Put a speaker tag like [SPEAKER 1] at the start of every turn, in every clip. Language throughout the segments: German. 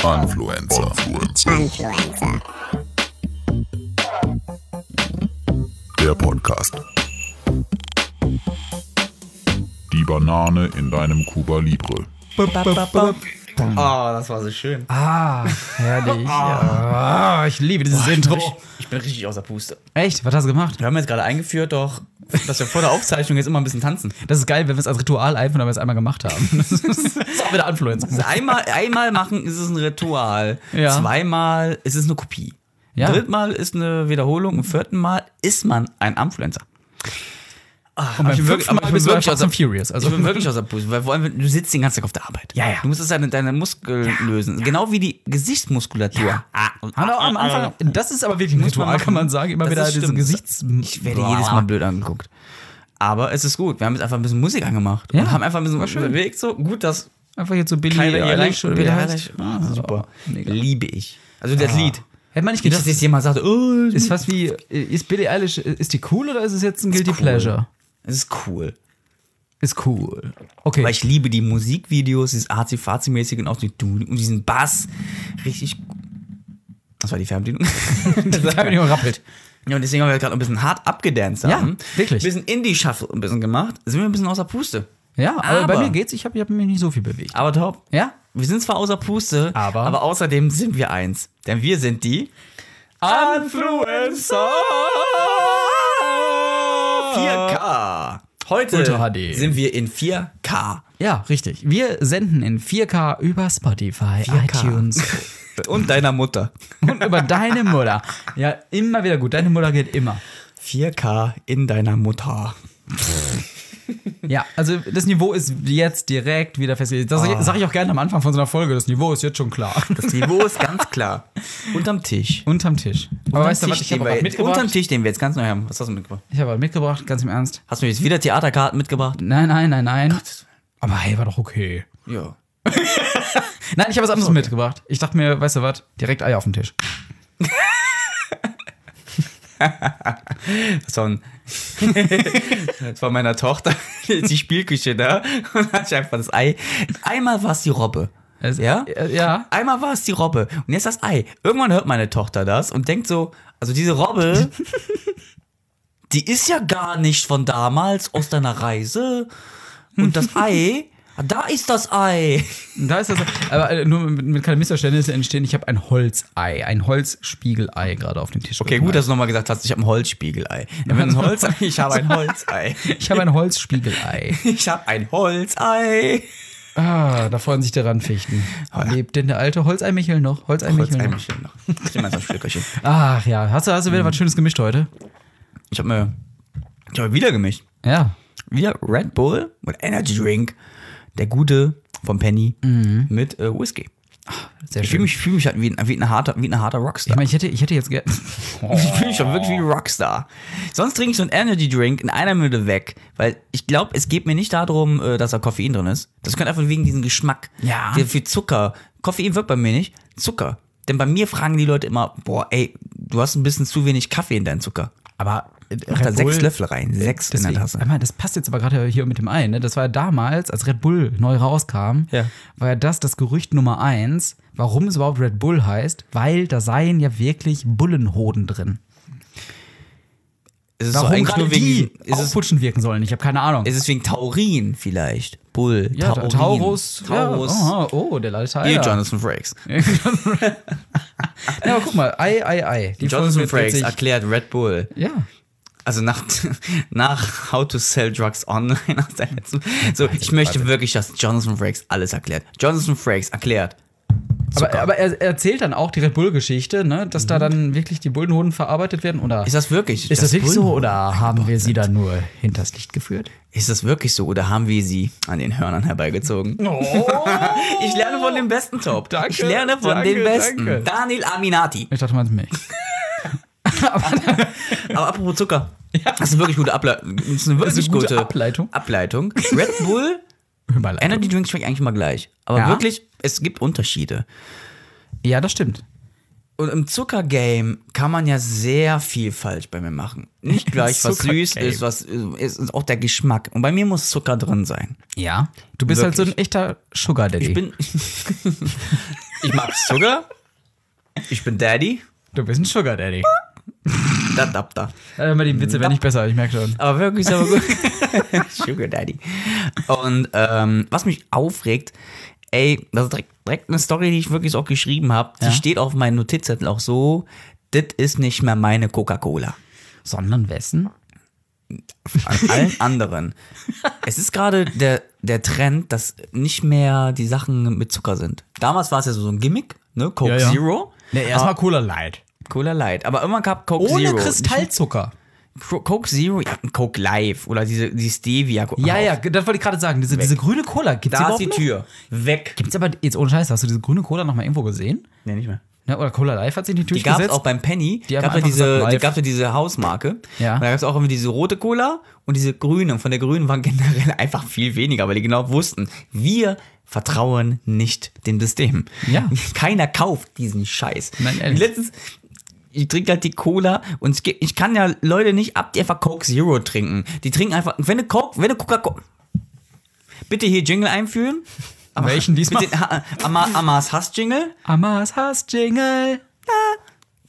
[SPEAKER 1] Influencer.
[SPEAKER 2] Influencer.
[SPEAKER 1] Der Podcast. Die Banane in deinem Cuba Libre.
[SPEAKER 3] Oh, das war so schön.
[SPEAKER 4] Ah, herrlich. Ah, ich liebe dieses Intro.
[SPEAKER 3] Ich bin richtig außer Puste.
[SPEAKER 4] Echt? Was hast du gemacht?
[SPEAKER 3] Wir haben jetzt gerade eingeführt, doch, dass wir vor der Aufzeichnung jetzt immer ein bisschen tanzen.
[SPEAKER 4] Das ist geil, wenn wir es als Ritual einführen, aber wir es einmal gemacht haben. Das ist, das ist auch wieder
[SPEAKER 3] Also
[SPEAKER 4] Influencer.
[SPEAKER 3] Einmal, einmal machen ist es ein Ritual.
[SPEAKER 4] Ja.
[SPEAKER 3] Zweimal ist es eine Kopie.
[SPEAKER 4] Ja.
[SPEAKER 3] Drittmal ist eine Wiederholung. Im vierten Mal ist man ein Influencer. Ah, aber
[SPEAKER 4] beim
[SPEAKER 3] ich bin wirklich-
[SPEAKER 4] fünften
[SPEAKER 3] aber
[SPEAKER 4] Mal
[SPEAKER 3] ich bin
[SPEAKER 4] bist du
[SPEAKER 3] wirklich
[SPEAKER 4] Fast and
[SPEAKER 3] außer-
[SPEAKER 4] Furious, also.
[SPEAKER 3] Ich bin wirklich außer Puste, weil vor allem, du sitzt den ganzen Tag auf der Arbeit.
[SPEAKER 4] Ja, ja.
[SPEAKER 3] Du musst es halt deine, deine Muskeln lösen. Genau wie die Gesichtsmuskulatur. Ah,
[SPEAKER 4] Hallo, am Anfang. Das ist aber wirklich ein
[SPEAKER 3] man
[SPEAKER 4] Ritual,
[SPEAKER 3] machen.
[SPEAKER 4] kann man sagen. Immer
[SPEAKER 3] Das
[SPEAKER 4] wieder
[SPEAKER 3] ist
[SPEAKER 4] diese
[SPEAKER 3] stimmt.
[SPEAKER 4] Gesichts.
[SPEAKER 3] Ich werde jedes Mal blöd angeguckt. Aber es ist gut. Wir haben jetzt einfach ein bisschen Musik angemacht.
[SPEAKER 4] Ja.
[SPEAKER 3] Und haben einfach ein bisschen
[SPEAKER 4] War schön.
[SPEAKER 3] bewegt. So gut, dass
[SPEAKER 4] Einfach jetzt so Billy
[SPEAKER 3] Billie
[SPEAKER 4] Eilish oder wie der heißt.
[SPEAKER 3] Eilish. Ah, super.
[SPEAKER 4] mega.
[SPEAKER 3] Liebe ich. Also das Lied.
[SPEAKER 4] Hätte man nicht
[SPEAKER 3] Nicht, dass
[SPEAKER 4] gedacht.
[SPEAKER 3] jetzt jemand sagt, oh,
[SPEAKER 4] Ist fast wie, ist Billie Eilish, ist die cool oder ist es jetzt ein Guilty
[SPEAKER 3] cool.
[SPEAKER 4] Pleasure?
[SPEAKER 3] das ist cool.
[SPEAKER 4] Ist cool. Okay.
[SPEAKER 3] Weil ich liebe die Musikvideos, dieses arzi-fazi-mäßige und auch die Du und diesen Bass. Richtig. Das war die Fernbedienung.
[SPEAKER 4] die Fernbedienung rappelt.
[SPEAKER 3] Ja, und deswegen haben wir gerade ein bisschen hart abgedanced.
[SPEAKER 4] Ja,
[SPEAKER 3] haben.
[SPEAKER 4] wirklich.
[SPEAKER 3] Ein bisschen Indie-Shuffle ein bisschen gemacht. Sind wir ein bisschen außer Puste.
[SPEAKER 4] Ja, aber, bei
[SPEAKER 3] Aber-
[SPEAKER 4] mir geht's, ich habe hab mich nicht so viel bewegt.
[SPEAKER 3] Aber top.
[SPEAKER 4] Ja?
[SPEAKER 3] Wir sind zwar außer Puste,
[SPEAKER 4] Aber-
[SPEAKER 3] aber außerdem sind wir eins. Denn wir sind die Influencer 4K. Heute
[SPEAKER 4] Ultra HD.
[SPEAKER 3] sind wir in 4K.
[SPEAKER 4] Ja, richtig. Wir senden in 4K über Spotify,
[SPEAKER 3] 4K.
[SPEAKER 4] iTunes
[SPEAKER 3] Und deiner Mutter.
[SPEAKER 4] und über deine Mutter. Ja, immer wieder gut. Deine Mutter geht immer.
[SPEAKER 3] 4K in deiner Mutter.
[SPEAKER 4] Ja, also das Niveau ist jetzt direkt wieder festgelegt. Das sage ich auch gerne am Anfang von so einer Folge. Das Niveau ist jetzt schon klar.
[SPEAKER 3] Ah. Das Niveau ist ganz klar. Unterm Tisch.
[SPEAKER 4] Unterm Tisch. Aber weißt du was, ich
[SPEAKER 3] den
[SPEAKER 4] habe
[SPEAKER 3] wir-
[SPEAKER 4] was
[SPEAKER 3] Unterm
[SPEAKER 4] mitgebracht.
[SPEAKER 3] Tisch, den wir jetzt ganz neu haben. Was hast du mitgebracht?
[SPEAKER 4] Ich habe was mitgebracht, ganz im Ernst.
[SPEAKER 3] Hast du mir jetzt wieder Theaterkarten mitgebracht?
[SPEAKER 4] Nein, nein, nein, nein. Aber hey, war doch okay.
[SPEAKER 3] Ja.
[SPEAKER 4] Nein, ich habe was anderes mitgebracht. Ich dachte mir, weißt du was, direkt Eier auf den Tisch.
[SPEAKER 3] Das war, ein das war meiner Tochter die Spielküche da und hatte ich einfach das Ei. Einmal war es die Robbe.
[SPEAKER 4] Es-
[SPEAKER 3] ja?
[SPEAKER 4] äh, ja.
[SPEAKER 3] Einmal war es die Robbe und jetzt das Ei. Irgendwann hört meine Tochter das und denkt so, also diese Robbe, die ist ja gar nicht von damals aus deiner Reise und das Ei, ah, da ist das Ei.
[SPEAKER 4] Da ist das. Aber äh, nur mit, mit keine Missverständnisse entstehen. Ich habe ein Holzei, ein Holzspiegelei gerade auf dem Tisch.
[SPEAKER 3] Okay, gut, dass du nochmal gesagt hast, ich habe ein Holzspiegelei. Wenn man ein Holzei, ich habe ein Holzei.
[SPEAKER 4] Ich habe ein Holzspiegelei.
[SPEAKER 3] Ich habe ein Holzei.
[SPEAKER 4] Ah, da freuen sich der Randfichten. Lebt denn der alte Holzei-Michel noch? Holzei-Michel noch?
[SPEAKER 3] Holzei noch. Ich nehme jetzt ein Stückchen.
[SPEAKER 4] Ach ja, hast du, hast du wieder was Schönes gemischt heute?
[SPEAKER 3] Ich habe mir ich hab mir wieder gemischt.
[SPEAKER 4] Ja.
[SPEAKER 3] Wieder Red Bull und
[SPEAKER 4] Mhm.
[SPEAKER 3] Energy Drink. Der gute vom Penny mit äh, Whisky.
[SPEAKER 4] Sehr
[SPEAKER 3] Ich
[SPEAKER 4] Mhm. schön.
[SPEAKER 3] fühle mich, fühl mich halt wie ein, wie, ein harter, wie ein harter
[SPEAKER 4] Ich
[SPEAKER 3] Rockstar.
[SPEAKER 4] meine, ich hätte, ich hätte jetzt gerne. Oh.
[SPEAKER 3] Ich fühle mich schon wirklich wie ein Rockstar. Sonst trinke ich so einen Energy Drink in einer Minute weg, weil ich glaube, es geht mir nicht darum, äh, dass da Koffein drin ist. Das könnte einfach wegen diesem Geschmack.
[SPEAKER 4] Ja.
[SPEAKER 3] Der viel Zucker. Koffein wirkt bei mir nicht. Zucker. Denn bei mir fragen die Leute immer, boah, ey, du hast ein bisschen zu wenig Kaffee in deinen Zucker.
[SPEAKER 4] Aber äh,
[SPEAKER 3] Mach da
[SPEAKER 4] Red Bull-
[SPEAKER 3] sechs Löffel rein. Sechs in der
[SPEAKER 4] Deswegen,
[SPEAKER 3] Tasse.
[SPEAKER 4] einmal, das passt jetzt aber gerade hier mit dem ein. Ne? Das war ja damals, als Red Bull neu rauskam,
[SPEAKER 3] Ja.
[SPEAKER 4] war ja das das Gerücht Nummer eins, warum es überhaupt Red Bull heißt, weil da seien ja wirklich Bullenhoden drin.
[SPEAKER 3] Es ist
[SPEAKER 4] Warum
[SPEAKER 3] doch eigentlich
[SPEAKER 4] gerade
[SPEAKER 3] nur wegen,
[SPEAKER 4] die
[SPEAKER 3] diesem- ist es,
[SPEAKER 4] aufputschen wirken sollen, ich habe keine Ahnung.
[SPEAKER 3] ist es wegen Taurin vielleicht. Bull,
[SPEAKER 4] ja,
[SPEAKER 3] Taurin.
[SPEAKER 4] Taurus.
[SPEAKER 3] Taurus.
[SPEAKER 4] Ja, aha, oh, der leidet
[SPEAKER 3] Ihr
[SPEAKER 4] Eier.
[SPEAKER 3] Jonathan Frakes.
[SPEAKER 4] Ja, aber guck mal, Ei, Ei, Ei. Die
[SPEAKER 3] Jonathan
[SPEAKER 4] Folge wird
[SPEAKER 3] Frakes
[SPEAKER 4] witzig.
[SPEAKER 3] erklärt Red Bull.
[SPEAKER 4] Ja.
[SPEAKER 3] Also nach, nach How to Sell Drugs Online. aus der letzten- So, ich möchte wirklich, dass Jonathan Frakes alles erklärt. Jonathan Frakes erklärt.
[SPEAKER 4] Aber, aber er, er erzählt dann auch die Red Bull-Geschichte, ne? dass da dann wirklich die Bullenhoden verarbeitet werden. Oder
[SPEAKER 3] Ist das wirklich?
[SPEAKER 4] Ist das, wirklich so
[SPEAKER 3] Bull-
[SPEAKER 4] oder haben wir sie dann nur hinters Licht geführt?
[SPEAKER 3] Ist das wirklich so oder haben wir sie an den Hörnern herbeigezogen? Ich lerne von dem Besten, Top.
[SPEAKER 4] Oh. Danke,
[SPEAKER 3] ich lerne von
[SPEAKER 4] danke,
[SPEAKER 3] dem Besten.
[SPEAKER 4] danke.
[SPEAKER 3] Daniel Aminati.
[SPEAKER 4] Ich dachte mal, mich.
[SPEAKER 3] Aber apropos Zucker. Das ist eine wirklich gute Ableitung. Das ist eine
[SPEAKER 4] Das
[SPEAKER 3] wirklich
[SPEAKER 4] ist eine
[SPEAKER 3] gute,
[SPEAKER 4] gute Ableitung.
[SPEAKER 3] Ableitung. Red Bull, Energy Drinks schmecken eigentlich immer gleich. Aber
[SPEAKER 4] Ja?
[SPEAKER 3] wirklich, es gibt Unterschiede.
[SPEAKER 4] Ja, das stimmt.
[SPEAKER 3] Und im Zuckergame kann man ja sehr viel falsch bei mir machen. Nicht gleich was süß
[SPEAKER 4] Zuckergame.
[SPEAKER 3] ist, was ist, ist auch der Geschmack. Und bei mir muss Zucker drin sein.
[SPEAKER 4] Ja. Du bist halt so ein echter Sugar Daddy.
[SPEAKER 3] Ich bin. Ich mag Sugar. Ich bin Daddy.
[SPEAKER 4] Du bist ein Sugar Daddy.
[SPEAKER 3] Da, da, da.
[SPEAKER 4] Äh, Immer die Witze werden nicht besser, ich merke schon.
[SPEAKER 3] Aber wirklich so gut. Sugar Daddy. Und ähm, was mich aufregt, ey, das ist direkt, direkt eine Story, die ich wirklich so auch geschrieben habe. Die steht auf meinem Notizzettel auch so: Das ist nicht mehr meine Coca-Cola.
[SPEAKER 4] Sondern wessen?
[SPEAKER 3] an allen anderen. Es ist gerade der, der Trend, dass nicht mehr die Sachen mit Zucker sind. Damals war es ja so ein Gimmick, ne? Coke
[SPEAKER 4] Ja, ja.
[SPEAKER 3] Zero.
[SPEAKER 4] Ne, erstmal Cola Light.
[SPEAKER 3] Cola Light. Aber immer gab Coke
[SPEAKER 4] Ohne
[SPEAKER 3] Zero.
[SPEAKER 4] Kristallzucker.
[SPEAKER 3] Nicht- Co- Coke Zero, ja, Coke Live oder diese die Stevia.
[SPEAKER 4] Ja, ja, das wollte ich gerade sagen. Diese, diese grüne Cola gibt's
[SPEAKER 3] Da
[SPEAKER 4] überhaupt
[SPEAKER 3] ist die
[SPEAKER 4] noch?
[SPEAKER 3] Tür. Weg.
[SPEAKER 4] Gibt's aber jetzt ohne Scheiß, hast du diese grüne Cola noch mal irgendwo gesehen?
[SPEAKER 3] Nee, nicht mehr.
[SPEAKER 4] Ne, oder Cola Life hat sich in die Tür
[SPEAKER 3] Die gab es
[SPEAKER 4] gesetzt.
[SPEAKER 3] auch beim Penny.
[SPEAKER 4] Die
[SPEAKER 3] Die
[SPEAKER 4] haben
[SPEAKER 3] gab ja
[SPEAKER 4] einfach gesagt,
[SPEAKER 3] diese, die
[SPEAKER 4] live.
[SPEAKER 3] gab's ja diese Hausmarke.
[SPEAKER 4] Ja.
[SPEAKER 3] Und Da gab es auch immer diese rote Cola und diese grüne. Und von der grünen waren generell einfach viel weniger, weil die genau wussten, wir vertrauen nicht dem System.
[SPEAKER 4] Ja.
[SPEAKER 3] Keiner kauft diesen Scheiß.
[SPEAKER 4] Nein, ehrlich.
[SPEAKER 3] Letztens, ich trinke halt die Cola und es gibt, ich kann ja Leute nicht ab, die einfach Coke Zero trinken. Die trinken einfach, wenn eine Coke, wenn eine Coca-Cola. Bitte hier Jingle einführen. Aber
[SPEAKER 4] Welchen diesmal?
[SPEAKER 3] Bitte, ha, Ama- Amas Hass-Jingle.
[SPEAKER 4] Amas Hass Jingle.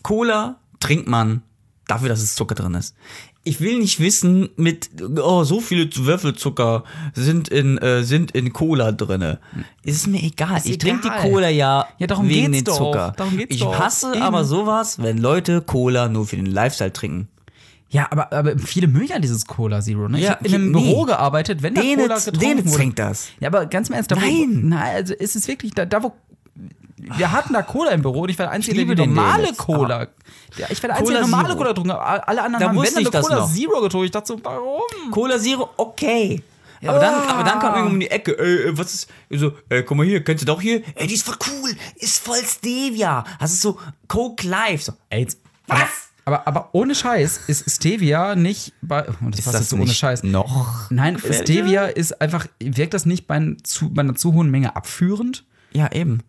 [SPEAKER 3] Cola trinkt man dafür, dass es Zucker drin ist. Ich will nicht wissen, mit oh, so viele Würfel Zucker sind in, äh, sind in Cola drinne. Ist mir egal. ich trinke
[SPEAKER 4] egal.
[SPEAKER 3] die Cola ja,
[SPEAKER 4] Ja, darum
[SPEAKER 3] wegen
[SPEAKER 4] geht's
[SPEAKER 3] den
[SPEAKER 4] doch.
[SPEAKER 3] Zucker.
[SPEAKER 4] Darum geht's
[SPEAKER 3] ich
[SPEAKER 4] doch.
[SPEAKER 3] hasse
[SPEAKER 4] Eben.
[SPEAKER 3] aber sowas, wenn Leute Cola nur für den Lifestyle trinken.
[SPEAKER 4] Ja, aber, aber viele mögen ja dieses Cola Zero. Ne? Ich
[SPEAKER 3] Ja,
[SPEAKER 4] habe in einem
[SPEAKER 3] nee.
[SPEAKER 4] Büro gearbeitet, wenn da
[SPEAKER 3] Denen-
[SPEAKER 4] Cola getrunken
[SPEAKER 3] denen
[SPEAKER 4] wurde.
[SPEAKER 3] trinkt das.
[SPEAKER 4] Ja, aber ganz im Ernst, da
[SPEAKER 3] Nein.
[SPEAKER 4] Wo, na, also ist es wirklich, da, da wo. Wir hatten da Cola im Büro und ich war der Einzige,
[SPEAKER 3] liebe
[SPEAKER 4] der die
[SPEAKER 3] den
[SPEAKER 4] normale
[SPEAKER 3] Dänitz,
[SPEAKER 4] Cola. Ja, ich war der Einzige, der
[SPEAKER 3] Cola
[SPEAKER 4] normale
[SPEAKER 3] Zero.
[SPEAKER 4] Cola getrunken hat. Alle anderen
[SPEAKER 3] Da
[SPEAKER 4] haben wenn
[SPEAKER 3] wusste
[SPEAKER 4] dann
[SPEAKER 3] ich
[SPEAKER 4] eine
[SPEAKER 3] das
[SPEAKER 4] Cola
[SPEAKER 3] noch.
[SPEAKER 4] Zero getrunken. Ich dachte so, warum?
[SPEAKER 3] Cola Zero, okay. Aber dann, aber dann kommt irgendjemand um die Ecke, ey, ey, was ist, ich so, ey, guck mal hier, kennst du doch hier? Ey, die ist voll cool, ist voll Stevia. Das ist so Coke Life. So,
[SPEAKER 4] Ey, jetzt,
[SPEAKER 3] was?
[SPEAKER 4] aber, aber ohne Scheiß ist Stevia nicht bei. Oh, das ist das jetzt so ohne Scheiß.
[SPEAKER 3] noch?
[SPEAKER 4] Nein,
[SPEAKER 3] gefährlicher?
[SPEAKER 4] Stevia ist einfach, wirkt das nicht bei, ein, zu, bei einer zu hohen Menge abführend?
[SPEAKER 3] Ja, eben.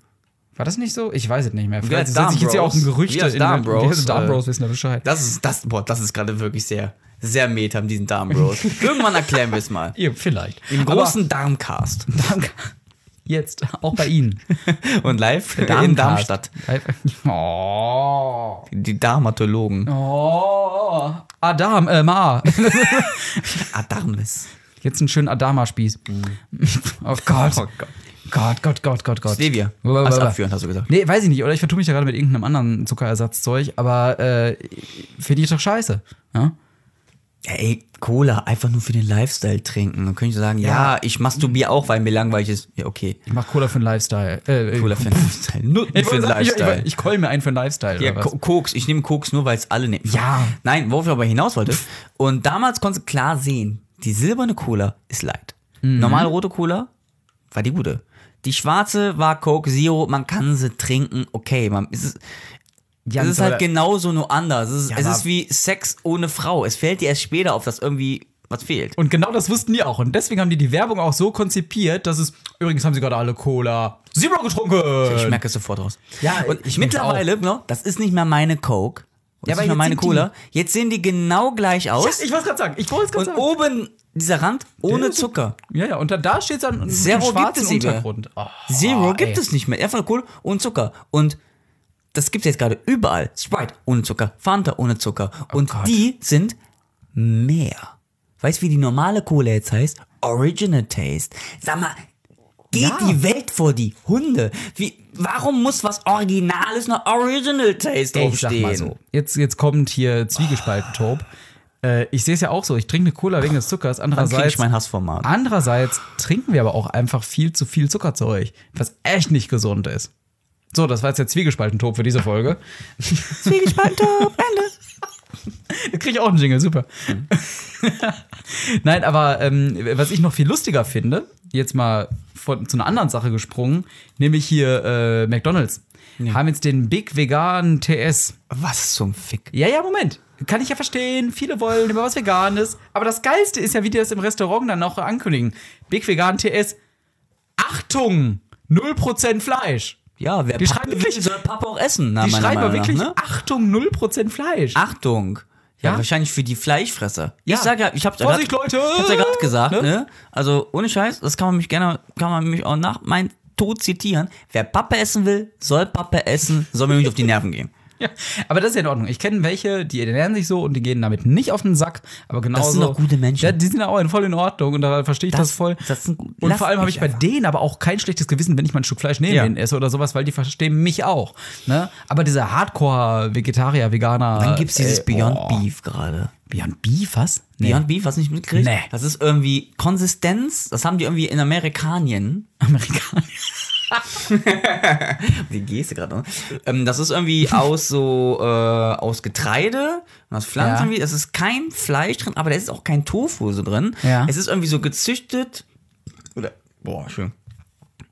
[SPEAKER 4] War das nicht so? Ich weiß es nicht mehr.
[SPEAKER 3] Wir
[SPEAKER 4] Vielleicht
[SPEAKER 3] als
[SPEAKER 4] setze ich jetzt ja auch ein
[SPEAKER 3] Darmbros.
[SPEAKER 4] Gerücht
[SPEAKER 3] Wir als
[SPEAKER 4] in der-
[SPEAKER 3] Darmbros,
[SPEAKER 4] Wir als Darmbros
[SPEAKER 3] äh,
[SPEAKER 4] wissen da Bescheid.
[SPEAKER 3] Das ist, das, boah, das ist gerade wirklich sehr, sehr meta mit diesen Darm Bros. Irgendwann erklären wir es mal.
[SPEAKER 4] Ihr, vielleicht.
[SPEAKER 3] Im großen Darmcast.
[SPEAKER 4] Aber, Darm- jetzt, auch bei Ihnen.
[SPEAKER 3] Und live in
[SPEAKER 4] Darmcast.
[SPEAKER 3] Darmstadt.
[SPEAKER 4] Oh.
[SPEAKER 3] Die Darmatologen.
[SPEAKER 4] Oh. Adam, äh, Ma.
[SPEAKER 3] Ah, Adarmis.
[SPEAKER 4] Jetzt einen schönen Adama-Spieß. Oh Gott.
[SPEAKER 3] Mm. Oh Gott.
[SPEAKER 4] Gott, Gott, Gott, Gott, Gott.
[SPEAKER 3] Stevia.
[SPEAKER 4] Blablabla.
[SPEAKER 3] Als abführend, hast du gesagt.
[SPEAKER 4] Nee, weiß ich nicht, oder? Ich vertue mich ja gerade mit irgendeinem anderen Zuckerersatzzeug, aber äh, finde ich doch scheiße. Ja?
[SPEAKER 3] Ey, Cola einfach nur für den Lifestyle trinken. Dann könnte ich so sagen, ja, ich masturbiere auch, weil mir langweilig ist. Ja, okay.
[SPEAKER 4] Ich mach Cola für den Lifestyle. Äh,
[SPEAKER 3] Cola
[SPEAKER 4] äh,
[SPEAKER 3] für den Lifestyle. Nur
[SPEAKER 4] ich,
[SPEAKER 3] für den Lifestyle.
[SPEAKER 4] Ich, ich, ich keul mir einen für den Lifestyle.
[SPEAKER 3] Ja,
[SPEAKER 4] oder was?
[SPEAKER 3] Ko- Koks. Ich nehme Koks nur, weil es alle nehmen.
[SPEAKER 4] Ja.
[SPEAKER 3] Nein, worauf ich aber hinaus wollte. Und damals konntest du klar sehen, die silberne Cola ist light.
[SPEAKER 4] Mhm.
[SPEAKER 3] Normal rote Cola war die gute. Die schwarze war Coke Zero. Man kann sie trinken. Okay, man, es ist,
[SPEAKER 4] Ja,
[SPEAKER 3] es ist halt
[SPEAKER 4] aber-
[SPEAKER 3] genauso nur anders. Es ist,
[SPEAKER 4] Ja,
[SPEAKER 3] es
[SPEAKER 4] aber-
[SPEAKER 3] ist wie Sex ohne Frau. Es fällt dir erst später auf, dass irgendwie was fehlt.
[SPEAKER 4] Und genau das wussten die auch. Und deswegen haben die die Werbung auch so konzipiert, dass es. Übrigens haben sie gerade alle Cola Zero getrunken.
[SPEAKER 3] Ich merke es sofort raus.
[SPEAKER 4] Äh, Ja,
[SPEAKER 3] und
[SPEAKER 4] ich merk's
[SPEAKER 3] mittlerweile, ne, das ist nicht mehr meine Coke. Das
[SPEAKER 4] Ja,
[SPEAKER 3] ist
[SPEAKER 4] aber
[SPEAKER 3] nicht mehr
[SPEAKER 4] jetzt
[SPEAKER 3] meine
[SPEAKER 4] sind die-
[SPEAKER 3] Cola. Jetzt sehen die genau gleich
[SPEAKER 4] Ja,
[SPEAKER 3] aus.
[SPEAKER 4] ich wollte es gerade sagen. Ich wollte es gerade
[SPEAKER 3] und
[SPEAKER 4] sagen.
[SPEAKER 3] oben dieser Rand ohne
[SPEAKER 4] Der-
[SPEAKER 3] Zucker.
[SPEAKER 4] Ja, ja, und da, da steht es dann mit
[SPEAKER 3] Zero
[SPEAKER 4] einem schwarzen
[SPEAKER 3] gibt es nicht mehr.
[SPEAKER 4] Untergrund. Oh,
[SPEAKER 3] Zero
[SPEAKER 4] ey.
[SPEAKER 3] gibt es nicht mehr. Einfach Cola ohne Zucker. Und das gibt es jetzt gerade überall. Sprite ohne Zucker, Fanta ohne Zucker. Und
[SPEAKER 4] Oh Gott.
[SPEAKER 3] die sind mehr. Weißt du, wie die normale Cola jetzt heißt? Original Taste. Sag mal, geht
[SPEAKER 4] Ja.
[SPEAKER 3] die Welt vor die Hunde? Wie, warum muss was Originales noch Original Taste
[SPEAKER 4] Ey, ich sag
[SPEAKER 3] draufstehen?
[SPEAKER 4] mal so. Jetzt, jetzt kommt hier Zwiegespalten-Taub. Äh, ich sehe es ja auch so. Ich trinke eine Cola wegen des Zuckers.
[SPEAKER 3] Dann krieg
[SPEAKER 4] Andererseits,
[SPEAKER 3] ich mein Hassformat.
[SPEAKER 4] andererseits trinken wir aber auch einfach viel zu viel Zuckerzeug, was echt nicht gesund ist. So, das war jetzt der Zwiegespalten-Taub für diese Folge.
[SPEAKER 3] Zwiegespalten-Taub, Ende.
[SPEAKER 4] Jetzt krieg ich auch einen Jingle, super.
[SPEAKER 3] Mhm.
[SPEAKER 4] Nein, aber ähm, was ich noch viel lustiger finde, jetzt mal von, zu einer anderen Sache gesprungen, nämlich hier äh, McDonalds. Haben jetzt den Big Vegan TS.
[SPEAKER 3] Was zum Fick?
[SPEAKER 4] Ja, ja, Moment. Kann ich ja verstehen. Viele wollen immer was Veganes. Aber das Geilste ist ja, wie die das im Restaurant dann noch ankündigen. Big Vegan TS. Achtung! 0% Fleisch.
[SPEAKER 3] Ja, wer
[SPEAKER 4] Die
[SPEAKER 3] Pappe
[SPEAKER 4] schreiben
[SPEAKER 3] will,
[SPEAKER 4] wirklich-
[SPEAKER 3] soll Pappe auch essen. Na,
[SPEAKER 4] Die
[SPEAKER 3] meiner
[SPEAKER 4] schreiben
[SPEAKER 3] Meinung
[SPEAKER 4] aber wirklich,
[SPEAKER 3] Nach, ne?
[SPEAKER 4] Achtung, 0% Fleisch.
[SPEAKER 3] Achtung. Ja,
[SPEAKER 4] Ja.
[SPEAKER 3] wahrscheinlich für die Fleischfresser.
[SPEAKER 4] Ja.
[SPEAKER 3] Ich sag ja, ich hab's ja
[SPEAKER 4] Vorsicht,
[SPEAKER 3] grad-
[SPEAKER 4] Leute!
[SPEAKER 3] Ich hab's ja gerade gesagt,
[SPEAKER 4] Ne?
[SPEAKER 3] ne? Also ohne Scheiß, das kann man mich gerne, kann man mich auch nach mein tot zitieren. Wer Pappe essen will, soll Pappe essen, soll mir nicht auf die Nerven gehen.
[SPEAKER 4] Ja, aber das ist ja in Ordnung. Ich kenne welche, die ernähren sich so und die gehen damit nicht auf den Sack, aber genauso.
[SPEAKER 3] sind doch gute Menschen.
[SPEAKER 4] Ja, die sind auch in- voll in Ordnung und da verstehe ich das,
[SPEAKER 3] Das-
[SPEAKER 4] voll.
[SPEAKER 3] das sind gut-
[SPEAKER 4] und
[SPEAKER 3] Lasst
[SPEAKER 4] vor allem habe
[SPEAKER 3] mich
[SPEAKER 4] ich bei
[SPEAKER 3] einfach.
[SPEAKER 4] denen aber auch kein schlechtes Gewissen, wenn ich mal ein Stück Fleisch neben
[SPEAKER 3] Ja.
[SPEAKER 4] denen esse oder sowas, weil die verstehen mich auch. Ne? Aber diese Hardcore-Vegetarier, Veganer.
[SPEAKER 3] Dann gibt's dieses
[SPEAKER 4] äh,
[SPEAKER 3] Beyond
[SPEAKER 4] oh.
[SPEAKER 3] Beef gerade.
[SPEAKER 4] Beyond Beef, was? Nee.
[SPEAKER 3] Beyond Beef, was nicht mitkriegt?
[SPEAKER 4] Nee.
[SPEAKER 3] Das ist irgendwie Konsistenz, das haben die irgendwie in Amerikanien.
[SPEAKER 4] Amerikaner.
[SPEAKER 3] Die Geste gerade. ne? Ähm, das ist irgendwie aus so äh, aus Getreide und aus
[SPEAKER 4] Ja.
[SPEAKER 3] Pflanzen. irgendwie. Es ist kein Fleisch drin, aber da ist auch kein Tofu so drin.
[SPEAKER 4] Ja.
[SPEAKER 3] Es ist irgendwie so gezüchtet. Oder boah, schön.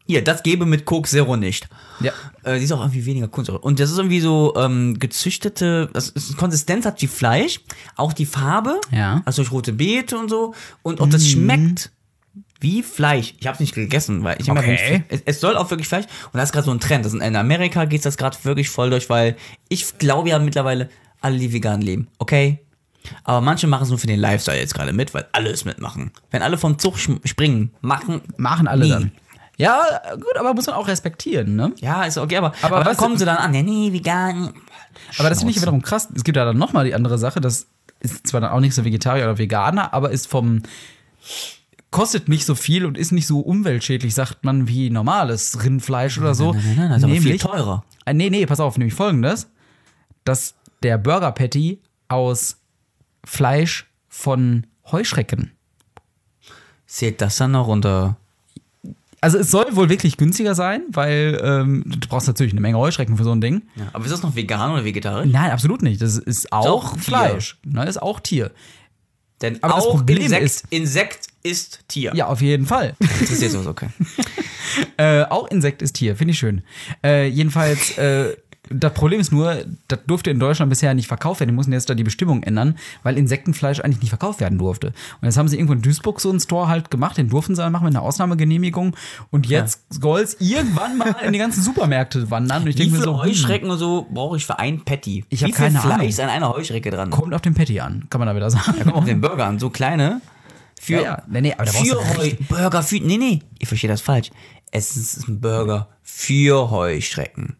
[SPEAKER 3] Hier, das gebe mit Coke Zero nicht.
[SPEAKER 4] Ja.
[SPEAKER 3] Äh, die ist auch irgendwie weniger Kohlensäure. Und das ist irgendwie so ähm, gezüchtete, das ist, Konsistenz hat wie Fleisch, auch die Farbe,
[SPEAKER 4] Ja. Mhm.
[SPEAKER 3] also durch rote Beete und so. Und ob das schmeckt wie Fleisch. Ich habe es nicht gegessen, weil ich hab
[SPEAKER 4] Okay.
[SPEAKER 3] einfach nicht- es, es soll auch wirklich Fleisch. Und das ist gerade so ein Trend. Das ist in Amerika geht das gerade wirklich voll durch, weil ich glaube ja mittlerweile alle, die vegan leben, okay? Aber manche machen es nur für den Lifestyle jetzt gerade mit, weil alle es mitmachen. Wenn alle vom Zug schm- springen, machen.
[SPEAKER 4] Machen alle
[SPEAKER 3] Nee.
[SPEAKER 4] dann. Ja, gut, aber muss man auch respektieren, ne?
[SPEAKER 3] Ja, ist okay, aber,
[SPEAKER 4] Aber
[SPEAKER 3] aber,
[SPEAKER 4] was-
[SPEAKER 3] was kommen sie dann an? Ja, nee, vegan.
[SPEAKER 4] Aber das finde ich
[SPEAKER 3] Schnauze.
[SPEAKER 4] wiederum krass. Es gibt ja dann nochmal die andere Sache, das ist zwar dann auch nicht so Vegetarier oder Veganer, aber ist vom. kostet nicht so viel und ist nicht so umweltschädlich, sagt man, wie normales Rindfleisch oder so.
[SPEAKER 3] Nein, nein, nein, das ist aber viel
[SPEAKER 4] Nämlich-
[SPEAKER 3] teurer.
[SPEAKER 4] Ah, Nee, nee, pass auf, nämlich folgendes: dass der Burger Patty aus Fleisch von Heuschrecken.
[SPEAKER 3] Zählt das dann noch unter.
[SPEAKER 4] Also es soll wohl wirklich günstiger sein, weil ähm, du brauchst natürlich eine Menge Heuschrecken für so ein Ding.
[SPEAKER 3] Ja. Aber ist das noch vegan oder vegetarisch?
[SPEAKER 4] Nein, absolut nicht. Das ist auch,
[SPEAKER 3] auch Tier.
[SPEAKER 4] Fleisch. Ne, ist auch Tier.
[SPEAKER 3] Denn
[SPEAKER 4] aber das
[SPEAKER 3] auch
[SPEAKER 4] Problem
[SPEAKER 3] Insekt,
[SPEAKER 4] ist-
[SPEAKER 3] Insekt ist Tier.
[SPEAKER 4] Ja, auf jeden Fall.
[SPEAKER 3] Das ist jetzt so, okay.
[SPEAKER 4] Äh, auch Insekt ist Tier, finde ich schön. Äh, jedenfalls, äh, das Problem ist nur, das durfte in Deutschland bisher nicht verkauft werden. Die mussten jetzt da die Bestimmung ändern, weil Insektenfleisch eigentlich nicht verkauft werden durfte. Und jetzt haben sie irgendwo in Duisburg so einen Store halt gemacht, den durften sie dann machen mit einer Ausnahmegenehmigung. Und jetzt soll's irgendwann mal in die ganzen Supermärkte wandern. Und ich
[SPEAKER 3] Wie
[SPEAKER 4] denke mir
[SPEAKER 3] viele
[SPEAKER 4] so, hm,
[SPEAKER 3] Heuschrecken und so brauche ich für ein Patty?
[SPEAKER 4] Ich
[SPEAKER 3] Wie
[SPEAKER 4] hab
[SPEAKER 3] viel
[SPEAKER 4] keine
[SPEAKER 3] Fleisch
[SPEAKER 4] Ahnung.
[SPEAKER 3] ist an einer Heuschrecke dran?
[SPEAKER 4] kommt auf den Patty an, kann man da wieder sagen.
[SPEAKER 3] Guck mal auf den Burger an, so kleine. Für,
[SPEAKER 4] Ja, ja. Nee, nee, aber da brauchst du
[SPEAKER 3] für Heu,
[SPEAKER 4] richtig-
[SPEAKER 3] Burger für. Nee, nee, ich verstehe das falsch. Es ist ein Burger für Heuschrecken.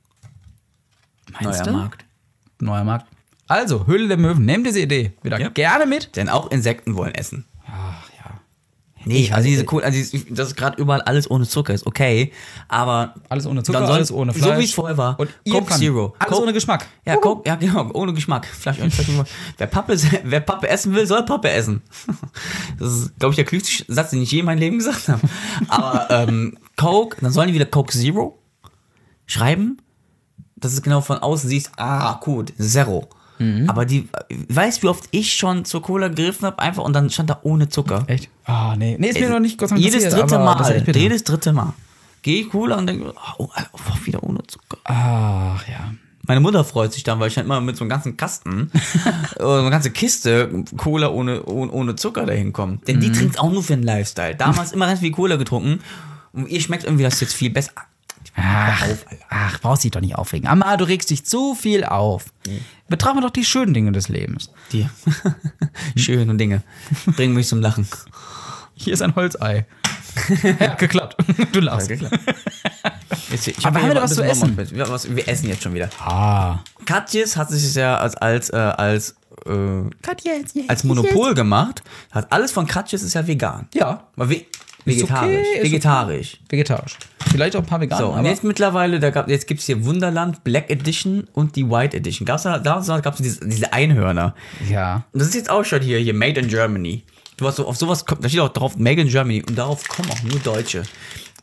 [SPEAKER 4] Meinst du?
[SPEAKER 3] Markt.
[SPEAKER 4] Neuer Markt. Also, Höhle der Möwen, nehmt diese Idee wieder
[SPEAKER 3] Ja.
[SPEAKER 4] gerne mit.
[SPEAKER 3] Denn auch Insekten wollen essen.
[SPEAKER 4] Ach ja.
[SPEAKER 3] Nee, also diese Kohl, also dieses, das ist gerade überall alles ohne Zucker ist, okay, aber
[SPEAKER 4] Alles ohne Zucker,
[SPEAKER 3] dann soll-
[SPEAKER 4] alles ohne Fleisch.
[SPEAKER 3] so wie es vorher war.
[SPEAKER 4] Und
[SPEAKER 3] Coke
[SPEAKER 4] irgendwann
[SPEAKER 3] Zero,
[SPEAKER 4] Alles
[SPEAKER 3] Coke,
[SPEAKER 4] ohne Geschmack.
[SPEAKER 3] ja, Coke, ja genau, ohne Geschmack. Fleisch, Fleisch, Fleisch. wer Pappe, wer Pappe essen will, soll Pappe essen. Das ist, glaube ich, der klügste Satz, den ich je in meinem Leben gesagt habe. Aber ähm, Coke, dann sollen die wieder Coke Zero schreiben, dass es genau von außen siehst, ah gut, Zero.
[SPEAKER 4] Mhm.
[SPEAKER 3] Aber die, weißt du, wie oft ich schon zur Cola gegriffen habe, einfach und dann stand da ohne Zucker.
[SPEAKER 4] Echt? Ah, nee. Nee, ist mir
[SPEAKER 3] Ey,
[SPEAKER 4] noch nicht Gott sei Dank
[SPEAKER 3] Jedes
[SPEAKER 4] passiert,
[SPEAKER 3] dritte
[SPEAKER 4] aber das ist
[SPEAKER 3] Mal.
[SPEAKER 4] echt bitter.
[SPEAKER 3] Jedes dritte Mal. Gehe ich Cola und denke, oh, oh, wieder ohne Zucker.
[SPEAKER 4] Ach ja.
[SPEAKER 3] Meine Mutter freut sich dann, weil ich halt immer mit so einem ganzen Kasten, äh, so eine ganze Kiste Cola ohne, ohne, ohne Zucker dahin komme. Denn
[SPEAKER 4] Mhm.
[SPEAKER 3] die trinkt auch nur für den Lifestyle. Damals immer ganz viel Cola getrunken. Und ihr schmeckt irgendwie das jetzt viel besser.
[SPEAKER 4] Ach,
[SPEAKER 3] auf, Alter.
[SPEAKER 4] ach, brauchst dich doch nicht aufregen. Amma, du regst dich zu viel auf. Betrachten wir doch die schönen Dinge des Lebens.
[SPEAKER 3] Die schönen Dinge bringen mich zum Lachen.
[SPEAKER 4] Hier ist ein Holzei. ja, geklappt. Du lachst.
[SPEAKER 3] Jetzt, ich
[SPEAKER 4] Aber
[SPEAKER 3] hab
[SPEAKER 4] haben wir
[SPEAKER 3] hier
[SPEAKER 4] da was
[SPEAKER 3] ein
[SPEAKER 4] zu
[SPEAKER 3] bisschen Bonbon- was- Wir essen jetzt schon wieder.
[SPEAKER 4] Ah.
[SPEAKER 3] Katjes hat sich ja als, als, äh, als, äh,
[SPEAKER 4] Gott, jetzt, jetzt.
[SPEAKER 3] als Monopol gemacht. Hat alles von Katjes ist ja vegan.
[SPEAKER 4] Ja,
[SPEAKER 3] Mal ve vegetarisch.
[SPEAKER 4] okay, ist
[SPEAKER 3] vegetarisch.
[SPEAKER 4] vegetarisch. Vielleicht auch ein paar Veganer.
[SPEAKER 3] So, und
[SPEAKER 4] aber
[SPEAKER 3] jetzt mittlerweile, da gab, jetzt gibt es hier Wunderland, Black Edition und die White Edition. Gab's da, da gab es diese, diese Einhörner.
[SPEAKER 4] ja.
[SPEAKER 3] Und das ist jetzt auch schon hier, hier Made in Germany. Du hast so, auf sowas, kommt- da steht auch drauf Made in Germany und darauf kommen auch nur Deutsche.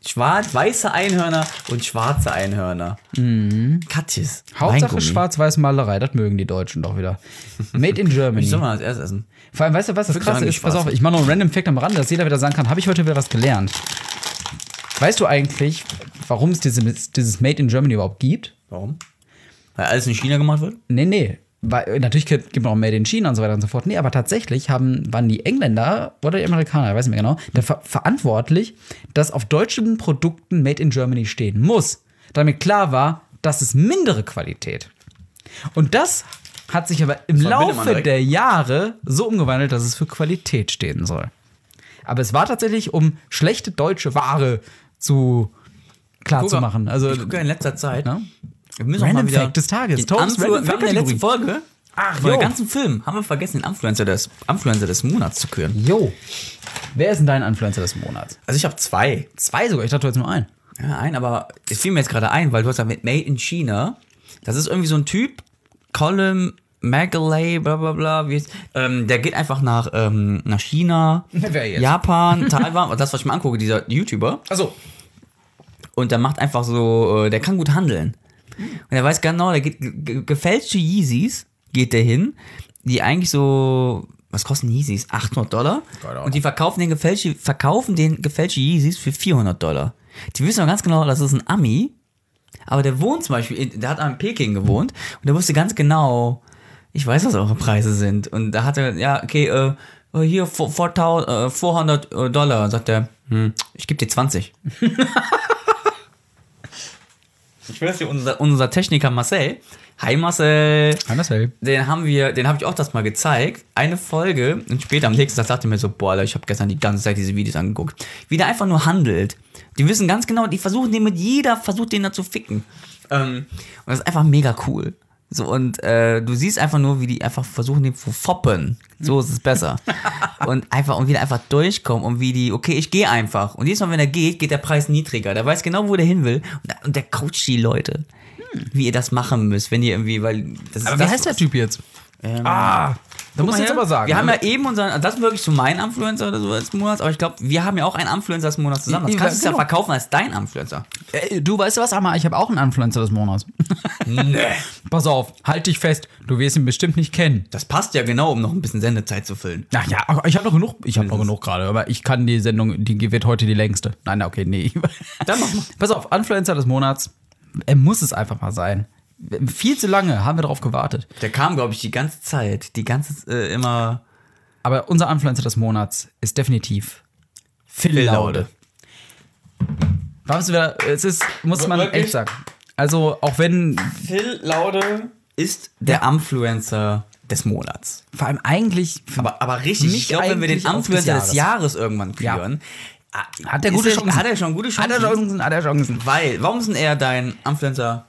[SPEAKER 3] Schwarz, weiße Einhörner und schwarze Einhörner. Mhm. Katjes.
[SPEAKER 4] Hauptsache
[SPEAKER 3] Weingummi.
[SPEAKER 4] schwarz-weiß Malerei, das mögen die Deutschen doch wieder. Made in Germany.
[SPEAKER 3] Ich soll mal als erstes essen.
[SPEAKER 4] Vor allem, weißt du, was das
[SPEAKER 3] Wirklich
[SPEAKER 4] krasse
[SPEAKER 3] sagen,
[SPEAKER 4] ist?
[SPEAKER 3] die
[SPEAKER 4] Pass auf, ich mache noch einen random Fact am Rande, dass jeder wieder sagen kann, habe ich heute wieder was gelernt. Weißt du eigentlich, warum es dieses, dieses Made in Germany überhaupt gibt?
[SPEAKER 3] Warum? Weil alles in China gemacht wird?
[SPEAKER 4] Nee, nee. Weil, natürlich gibt gibt man auch Made in China und so weiter und so fort. Nee, aber tatsächlich haben, waren die Engländer oder die Amerikaner, ich weiß nicht mehr genau, dafür verantwortlich, dass auf deutschen Produkten Made in Germany stehen muss. Damit klar war, das ist mindere Qualität. Und das hat sich aber im
[SPEAKER 3] verbindet man
[SPEAKER 4] Laufe
[SPEAKER 3] direkt.
[SPEAKER 4] der Jahre so umgewandelt, dass es für Qualität stehen soll. Aber es war tatsächlich, um schlechte deutsche Ware zu klar zu
[SPEAKER 3] gucke-
[SPEAKER 4] machen. Also, ne?
[SPEAKER 3] ich gucke in letzter Zeit.
[SPEAKER 4] Na?
[SPEAKER 3] Wir müssen
[SPEAKER 4] Random
[SPEAKER 3] auch mal wieder
[SPEAKER 4] Fact des Tages.
[SPEAKER 3] Den
[SPEAKER 4] Tobs
[SPEAKER 3] Influ-
[SPEAKER 4] Random
[SPEAKER 3] wir
[SPEAKER 4] Fact
[SPEAKER 3] haben in der letzten
[SPEAKER 4] Kategorie.
[SPEAKER 3] Folge
[SPEAKER 4] Ach,
[SPEAKER 3] von
[SPEAKER 4] jo.
[SPEAKER 3] dem ganzen Film haben wir vergessen, den Influencer des, Influencer des Monats zu küren.
[SPEAKER 4] Jo. Wer ist denn dein Influencer des Monats?
[SPEAKER 3] Also ich habe zwei.
[SPEAKER 4] Zwei sogar. Ich dachte, du hättest nur einen.
[SPEAKER 3] Ja, ein, aber es fiel mir jetzt gerade ein, weil du hast ja mit Made in China, das ist irgendwie so ein Typ, Colin Magalay, bla bla bla, wie ist, ähm, der geht einfach nach, ähm, nach China,
[SPEAKER 4] Wer jetzt?
[SPEAKER 3] Japan, Taiwan, das, was ich mir angucke, dieser YouTuber.
[SPEAKER 4] Achso.
[SPEAKER 3] Und der macht einfach so, äh, der kann gut handeln. Und er weiß genau, der geht ge- ge- gefälschte Yeezys, geht der hin, die eigentlich so, was kosten Yeezys? 800 Dollar?
[SPEAKER 4] Keine Ahnung.
[SPEAKER 3] Und die verkaufen den gefälschte, verkaufen den gefälschte Yeezys für 400 Dollar. Die wissen doch ganz genau, das ist ein Ami, aber der wohnt zum Beispiel, in, der hat in Peking gewohnt und der wusste ganz genau, ich weiß, was eure Preise sind. Und da hat er, ja, okay, äh, äh, hier 4000, äh, 400 äh, Dollar, sagt er, hm, ich gebe dir 20. Ich weiß nicht, unser, unser Techniker Marcel. Hi Marcel.
[SPEAKER 4] Andershelb.
[SPEAKER 3] Den haben wir, den habe ich auch das mal gezeigt. Eine Folge und später am nächsten Tag dachte ich mir so, boah, Alter, ich habe gestern die ganze Zeit diese Videos angeguckt. Wie der einfach nur handelt. Die wissen ganz genau, die versuchen den mit jeder, versucht den da zu ficken. Ähm, und das ist einfach mega cool. So, und äh, du siehst einfach nur, wie die einfach versuchen, den zu foppen. So ist es besser. und einfach, und wie die einfach durchkommen und wie die, okay, ich gehe einfach. Und jedes Mal, wenn er geht, geht der Preis niedriger. Der weiß genau, wo der hin will. Und, der- und der coacht die Leute. Wie ihr das machen müsst, wenn ihr irgendwie, weil das
[SPEAKER 4] Aber
[SPEAKER 3] ist
[SPEAKER 4] wie
[SPEAKER 3] das,
[SPEAKER 4] heißt der Typ jetzt? ah, da muss ich
[SPEAKER 3] Guck mal
[SPEAKER 4] jetzt
[SPEAKER 3] her,
[SPEAKER 4] aber sagen.
[SPEAKER 3] Wir haben
[SPEAKER 4] ne?
[SPEAKER 3] ja eben unseren, also das ist wirklich so mein Influencer oder so des Monats, aber ich glaube, wir haben ja auch einen Influencer des Monats zusammen. Das
[SPEAKER 4] Ja,
[SPEAKER 3] kannst du ja
[SPEAKER 4] genau.
[SPEAKER 3] verkaufen als dein Influencer.
[SPEAKER 4] Äh, Du weißt du was, Amar? Ich habe auch einen Influencer des Monats. nee. Pass auf, halt dich fest. Du wirst ihn bestimmt nicht kennen.
[SPEAKER 3] Das passt ja genau, um noch ein bisschen Sendezeit zu füllen.
[SPEAKER 4] Ach ja, aber ich habe noch genug. Ich habe noch genug gerade, aber ich kann die Sendung, die wird heute die längste. Nein, na, okay, nee.
[SPEAKER 3] Dann mach mal.
[SPEAKER 4] Pass auf, Influencer des Monats. Er muss es einfach mal sein. Viel zu lange haben wir darauf gewartet.
[SPEAKER 3] Der kam, glaube ich, die ganze Zeit. Die ganze, äh, immer.
[SPEAKER 4] Aber unser Influencer des Monats ist definitiv Phil
[SPEAKER 3] Phil
[SPEAKER 4] Laude.
[SPEAKER 3] Laude.
[SPEAKER 4] Warum sind wir, es ist, muss man
[SPEAKER 3] Wirklich?
[SPEAKER 4] echt sagen. Also, auch wenn
[SPEAKER 3] Phil Laude ist der Influencer des Monats.
[SPEAKER 4] vor allem eigentlich
[SPEAKER 3] Aber, aber richtig,
[SPEAKER 4] Mich
[SPEAKER 3] ich glaube, wenn wir den
[SPEAKER 4] eigentlich auf des
[SPEAKER 3] Influencer des Jahres,
[SPEAKER 4] Jahres
[SPEAKER 3] irgendwann
[SPEAKER 4] Ja.
[SPEAKER 3] küren, ah,
[SPEAKER 4] Hat er
[SPEAKER 3] ist
[SPEAKER 4] gute Chancen.
[SPEAKER 3] Hat er schon gute Chancen.
[SPEAKER 4] Hat er Chancen, hat er Chancen.
[SPEAKER 3] Weil, warum ist denn er dein Influencer?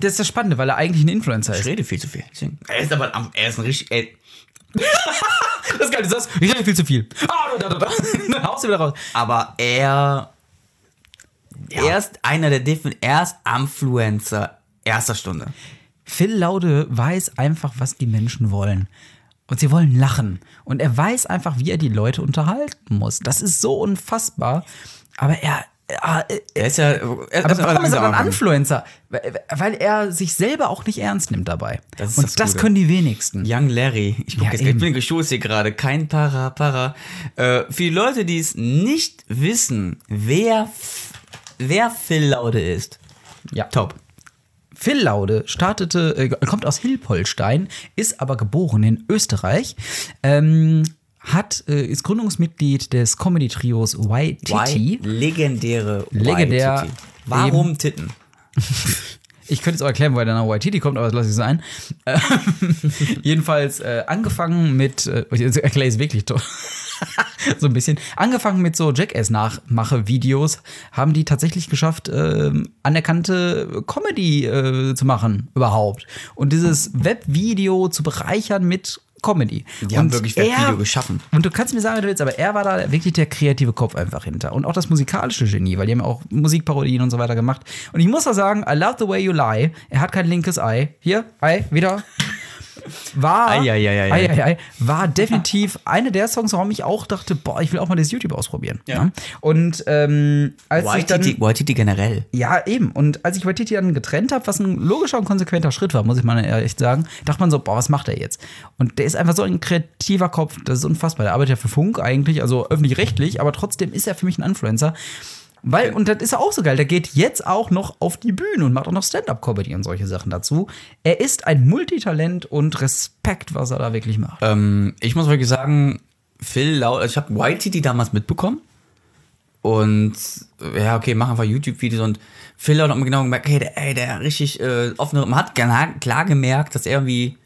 [SPEAKER 4] Das ist das Spannende, weil er eigentlich ein Influencer
[SPEAKER 3] Ich
[SPEAKER 4] ist.
[SPEAKER 3] rede viel zu viel. deswegen. Er ist aber ein, er ist ein richtig. Er,
[SPEAKER 4] Das Geile ist das, ich rede viel zu viel. Ah, da, da, da. Dann haust du wieder raus.
[SPEAKER 3] Aber er. Er ist einer der Defin. Er ist Influencer erster Stunde.
[SPEAKER 4] Phil Laude weiß einfach, was die Menschen wollen. Und sie wollen lachen. Und er weiß einfach, wie er die Leute unterhalten muss. Das ist so unfassbar. Aber er. er, er
[SPEAKER 3] Er ist ja. Er,
[SPEAKER 4] aber warum ist er dann
[SPEAKER 3] ein
[SPEAKER 4] Influencer? Weil weil er sich selber auch nicht ernst nimmt dabei.
[SPEAKER 3] Das ist
[SPEAKER 4] Und das,
[SPEAKER 3] das Gute.
[SPEAKER 4] können die wenigsten.
[SPEAKER 3] Young Larry. Ich, guck
[SPEAKER 4] Ja,
[SPEAKER 3] jetzt, ich
[SPEAKER 4] eben.
[SPEAKER 3] bin geschoßt hier gerade. Kein Para, Para. Äh, für die Leute, die es nicht wissen, wer, F- wer Phil Laude ist.
[SPEAKER 4] Ja.
[SPEAKER 3] Top.
[SPEAKER 4] Phil Laude startete, äh, kommt aus Hilpolstein, ist aber geboren in Österreich, ähm, hat, äh, ist Gründungsmitglied des Comedy-Trios YTT.
[SPEAKER 3] Y, legendäre
[SPEAKER 4] Legendär.
[SPEAKER 3] YTT. Warum Titten?
[SPEAKER 4] Ich könnte jetzt auch erklären, woher der Name YTT kommt, aber das lasse ich sein. Ähm, jedenfalls äh, angefangen mit, äh, jetzt erkläre ich es wirklich doch. so ein bisschen. Angefangen mit so Jackass-Nachmache-Videos haben die tatsächlich geschafft, ähm, anerkannte Comedy äh, zu machen überhaupt. Und dieses Webvideo zu bereichern mit Comedy.
[SPEAKER 3] Die haben
[SPEAKER 4] Und
[SPEAKER 3] wirklich
[SPEAKER 4] er-
[SPEAKER 3] Webvideo geschaffen.
[SPEAKER 4] und du kannst mir sagen, wie du willst, aber er war da wirklich der kreative Kopf einfach hinter. Und auch das musikalische Genie, weil die haben ja auch Musikparodien und so weiter gemacht. Und ich muss da sagen, I love the way you lie. Er hat kein linkes Ei. Hier, Ei, wieder. War,
[SPEAKER 3] Ei, ei, ei, ei,
[SPEAKER 4] Ei, ei, ei, war definitiv eine der Songs, warum ich auch dachte, boah, ich will auch mal das YouTube ausprobieren.
[SPEAKER 3] Ja.
[SPEAKER 4] ne? Und ähm, als ich dann,
[SPEAKER 3] YTT, YTT generell.
[SPEAKER 4] ja, eben. Und als ich bei Titi dann getrennt habe, was ein logischer und konsequenter Schritt war, muss ich mal echt sagen, dachte man so, boah, was macht er jetzt? Und der ist einfach so ein kreativer Kopf, das ist unfassbar. Der arbeitet ja für Funk eigentlich, also öffentlich-rechtlich, aber trotzdem ist er für mich ein Influencer. Weil, und das ist ja auch so geil, der geht jetzt auch noch auf die Bühne und macht auch noch Stand-Up-Comedy und solche Sachen dazu. Er ist ein Multitalent und Respekt, was er da wirklich macht.
[SPEAKER 3] Ähm, ich muss wirklich sagen, Phil Laude, ich habe YTT damals mitbekommen. Und äh, ja, okay, mach einfach YouTube-Videos und Phil Laude hat mir genau gemerkt, hey, der, ey, der richtig äh, offene, man hat gena- klar gemerkt, dass er irgendwie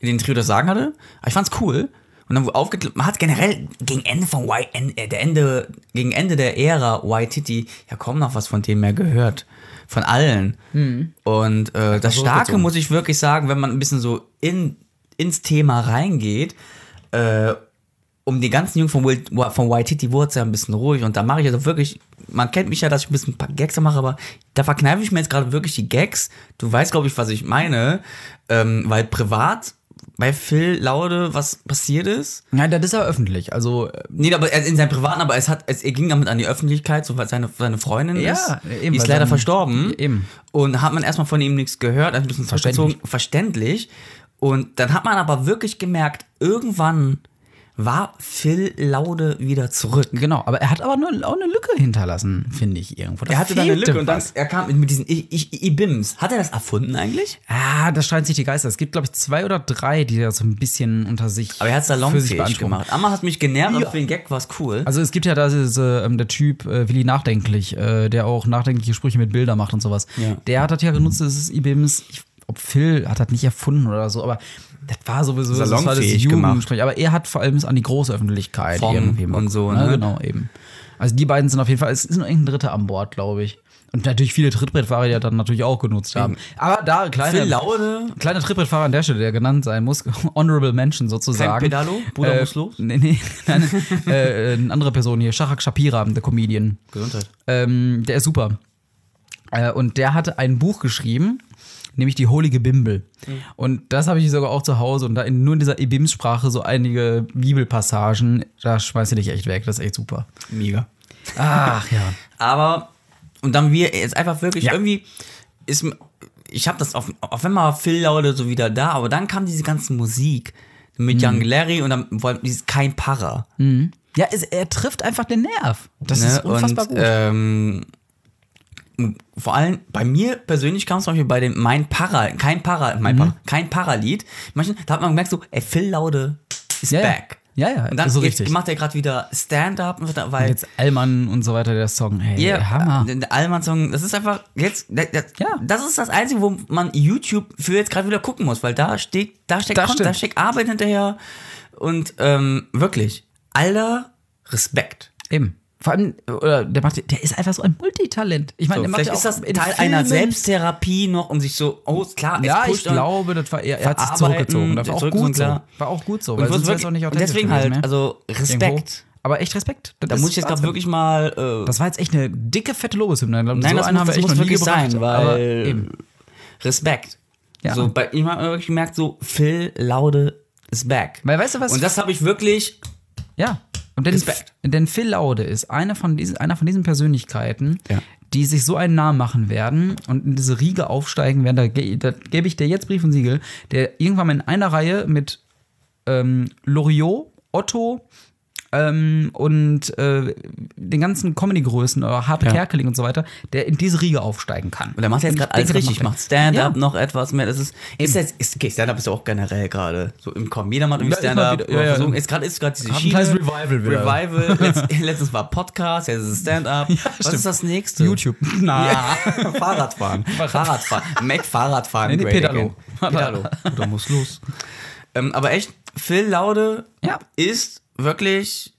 [SPEAKER 3] in den Trio das Sagen hatte. Aber ich fand's cool. Und Und dann wurde aufgeklärt, man hat generell gegen Ende von y, N- äh, der Ende, gegen Ende der Ära Waititi ja kaum noch was von dem mehr gehört. Von allen. Und äh, das
[SPEAKER 4] auch
[SPEAKER 3] Starke,
[SPEAKER 4] gezogen.
[SPEAKER 3] muss ich wirklich sagen, wenn man ein bisschen so in, ins Thema reingeht, äh, um den ganzen Jungen von, Will, von Waititi wurde es ja ein bisschen ruhig und da mache ich also wirklich, man kennt mich ja, dass ich ein bisschen ein paar Gags mache, aber da verkneife ich mir jetzt gerade wirklich die Gags. Du weißt, glaube ich, was ich meine, ähm, weil privat bei Phil Laude was passiert ist.
[SPEAKER 4] Nein, das ist ja öffentlich. Also, äh,
[SPEAKER 3] Nee, aber er- in seinem privaten, aber es hat, es, er ging damit an die Öffentlichkeit, so weil seine, seine Freundin
[SPEAKER 4] Ja,
[SPEAKER 3] ist,
[SPEAKER 4] eben,
[SPEAKER 3] die ist
[SPEAKER 4] weil
[SPEAKER 3] leider
[SPEAKER 4] dann-
[SPEAKER 3] verstorben.
[SPEAKER 4] eben.
[SPEAKER 3] Und hat man erstmal von ihm nichts gehört, also ein bisschen
[SPEAKER 4] Verständlich.
[SPEAKER 3] verständlich. verständlich. Und dann hat man aber wirklich gemerkt, irgendwann war Phil Laude wieder zurück.
[SPEAKER 4] genau. Aber er hat aber nur, auch eine Lücke hinterlassen, finde ich irgendwo. Da
[SPEAKER 3] Er hatte dann eine
[SPEAKER 4] fehlte
[SPEAKER 3] Lücke und dann
[SPEAKER 4] was.
[SPEAKER 3] er kam mit- mit diesen I- I- I- Ibims. Hat er das erfunden eigentlich?
[SPEAKER 4] Ah, da streiten sich die Geister. Es gibt, glaube ich, zwei oder drei, die da so ein bisschen unter sich.
[SPEAKER 3] Aber er hat es salonfähig
[SPEAKER 4] beanspruchen.
[SPEAKER 3] gemacht. Amma hat mich genervt, aber für den Gag war es cool.
[SPEAKER 4] Also es gibt ja da diese, ähm, der Typ äh, Willi Nachdenklich, äh, der auch nachdenkliche Sprüche mit Bildern macht und sowas.
[SPEAKER 3] Ja.
[SPEAKER 4] Der hat das ja genutzt, das ist IBMs, ich, ob Phil hat das nicht erfunden oder so, aber das war sowieso das war das
[SPEAKER 3] Salonfähig gemacht.
[SPEAKER 4] Jugendsprech. Aber er hat vor allem es an die große Öffentlichkeit
[SPEAKER 3] Vom
[SPEAKER 4] irgendwie
[SPEAKER 3] und so,
[SPEAKER 4] ne?
[SPEAKER 3] ne?
[SPEAKER 4] Genau, eben. Also die beiden sind auf jeden Fall, es ist nur irgendein Dritter an Bord, glaube ich. Und natürlich viele Trittbrettfahrer, die das dann natürlich auch genutzt haben. Aber da, kleine,
[SPEAKER 3] Phil Laude,
[SPEAKER 4] Kleiner Trittbrettfahrer an der Stelle, der genannt sein muss, Honorable Mention sozusagen.
[SPEAKER 3] Kein Pedalo? Bruder
[SPEAKER 4] äh,
[SPEAKER 3] muss los?
[SPEAKER 4] Nee, nee, nein, äh, eine andere Person hier, Shahak Shapira, der Comedian.
[SPEAKER 3] Gesundheit.
[SPEAKER 4] Ähm, der ist super. Äh, und der hatte ein Buch geschrieben, nämlich die Holige Bimbel. Und das habe ich sogar auch zu Hause und da in, nur in dieser Ibims-Sprache so einige Bibelpassagen, da schmeißt du dich echt weg, das ist echt super.
[SPEAKER 3] Mega.
[SPEAKER 4] Ach ja.
[SPEAKER 3] Aber, und dann wir jetzt einfach wirklich
[SPEAKER 4] Ja.
[SPEAKER 3] irgendwie, ist, m- ich habe das auf, auf einmal war Phil Laude so wieder da, aber dann kam diese ganze Musik mit
[SPEAKER 4] Mhm.
[SPEAKER 3] Young Larry und dann vor allem dieses Kein Para.
[SPEAKER 4] Ja, es, er trifft einfach den Nerv. Mhm. Das
[SPEAKER 3] ne?
[SPEAKER 4] ist unfassbar
[SPEAKER 3] und,
[SPEAKER 4] gut.
[SPEAKER 3] Ähm, vor allem bei mir persönlich kam es zum Beispiel bei dem Mein Para, kein Para,
[SPEAKER 4] Mhm.
[SPEAKER 3] mein Para, kein Paralied. Manchen, da hat man gemerkt so, ey, Phil Laude is
[SPEAKER 4] Ja, ja.
[SPEAKER 3] back.
[SPEAKER 4] Ja, ja,
[SPEAKER 3] Und dann
[SPEAKER 4] so
[SPEAKER 3] jetzt
[SPEAKER 4] richtig.
[SPEAKER 3] macht er gerade wieder Stand-up, und so, weil
[SPEAKER 4] Jetzt Allmann und so weiter, der Song. Hey,
[SPEAKER 3] Äh, Ja, äh,
[SPEAKER 4] Hammer.
[SPEAKER 3] Der Allmann-Song, das ist einfach jetzt, das, das-
[SPEAKER 4] Ja.
[SPEAKER 3] das ist das Einzige, wo man YouTube für jetzt gerade wieder gucken muss, weil da steckt, da steckt,
[SPEAKER 4] Das
[SPEAKER 3] Kon-
[SPEAKER 4] stimmt.
[SPEAKER 3] da steckt Arbeit hinterher und ähm, wirklich, aller Respekt.
[SPEAKER 4] Eben. Vor allem, oder der, macht, der ist einfach so ein Multitalent. Ich meine,
[SPEAKER 3] So,
[SPEAKER 4] der macht
[SPEAKER 3] vielleicht
[SPEAKER 4] ja auch
[SPEAKER 3] ist das Teil
[SPEAKER 4] in Filmen-
[SPEAKER 3] einer Selbsttherapie noch, um sich so, oh, ist klar,
[SPEAKER 4] Ja, ich
[SPEAKER 3] pusht und- äh,
[SPEAKER 4] glaube, das war, er, er hat sich
[SPEAKER 3] verarbeiten,
[SPEAKER 4] zurückgezogen. Das war auch
[SPEAKER 3] zurückgezogen,
[SPEAKER 4] gut so.
[SPEAKER 3] klar.
[SPEAKER 4] War auch gut so.
[SPEAKER 3] Und ich muss
[SPEAKER 4] sonst wär's
[SPEAKER 3] wirklich,
[SPEAKER 4] auch nicht
[SPEAKER 3] und
[SPEAKER 4] authentisch
[SPEAKER 3] deswegen
[SPEAKER 4] gewesen,
[SPEAKER 3] halt,
[SPEAKER 4] ne?
[SPEAKER 3] also
[SPEAKER 4] Irgendwo.
[SPEAKER 3] Respekt.
[SPEAKER 4] Aber echt Respekt. Das
[SPEAKER 3] Da
[SPEAKER 4] ist
[SPEAKER 3] muss ich jetzt gerade
[SPEAKER 4] Wahnsinn.
[SPEAKER 3] wirklich mal, äh,
[SPEAKER 4] Das war jetzt echt eine dicke, fette Lobeshymne. Ich glaub,
[SPEAKER 3] nein,
[SPEAKER 4] so
[SPEAKER 3] das
[SPEAKER 4] einen
[SPEAKER 3] muss,
[SPEAKER 4] haben wir
[SPEAKER 3] das
[SPEAKER 4] echt
[SPEAKER 3] muss
[SPEAKER 4] noch nie
[SPEAKER 3] wirklich
[SPEAKER 4] gebracht.
[SPEAKER 3] sein,
[SPEAKER 4] Aber
[SPEAKER 3] weil
[SPEAKER 4] eben.
[SPEAKER 3] äh, Respekt.
[SPEAKER 4] Ja.
[SPEAKER 3] So, bei ihm hat man wirklich gemerkt, so, Phil Laude is back.
[SPEAKER 4] Weil weißt du was?
[SPEAKER 3] Und das habe ich wirklich,
[SPEAKER 4] Ja. Und denn,
[SPEAKER 3] Respekt.
[SPEAKER 4] denn Phil Laude ist einer von diesen, einer von diesen Persönlichkeiten,
[SPEAKER 3] Ja.
[SPEAKER 4] die sich so einen Namen machen werden und in diese Riege aufsteigen werden. Da, ge- da gebe ich dir jetzt Brief und Siegel, der irgendwann mal in einer Reihe mit ähm, Loriot, Otto ähm, und äh, den ganzen Comedy-Größen, oder Harpe
[SPEAKER 3] Ja.
[SPEAKER 4] Kerkeling und so weiter, der in diese Riege aufsteigen kann.
[SPEAKER 3] und er macht jetzt gerade alles richtig, macht Stand-up noch etwas mehr. Das ist, ist jetzt, ist, okay, Stand-up ist ja auch generell gerade so im Kommen. Jeder macht irgendwie
[SPEAKER 4] Ja, ist mal wieder-
[SPEAKER 3] Stand-up. oder
[SPEAKER 4] ja, ja.
[SPEAKER 3] versuchen. Jetzt gerade ist gerade diese
[SPEAKER 4] Haben ein
[SPEAKER 3] Schiene.
[SPEAKER 4] kleines Revival wieder.
[SPEAKER 3] Revival. Letzt, letztens war Podcast, jetzt ist es Stand-up. Was
[SPEAKER 4] stimmt.
[SPEAKER 3] ist das nächste?
[SPEAKER 4] YouTube. Na.
[SPEAKER 3] Fahrradfahren. Fahrradfahren. Mac Fahrradfahren.
[SPEAKER 4] Nee, nee,
[SPEAKER 3] Great
[SPEAKER 4] Pedalo.
[SPEAKER 3] again. Pedalo. Oder muss los. Ähm, aber echt, Phil Laude
[SPEAKER 4] Ja.
[SPEAKER 3] ist wirklich.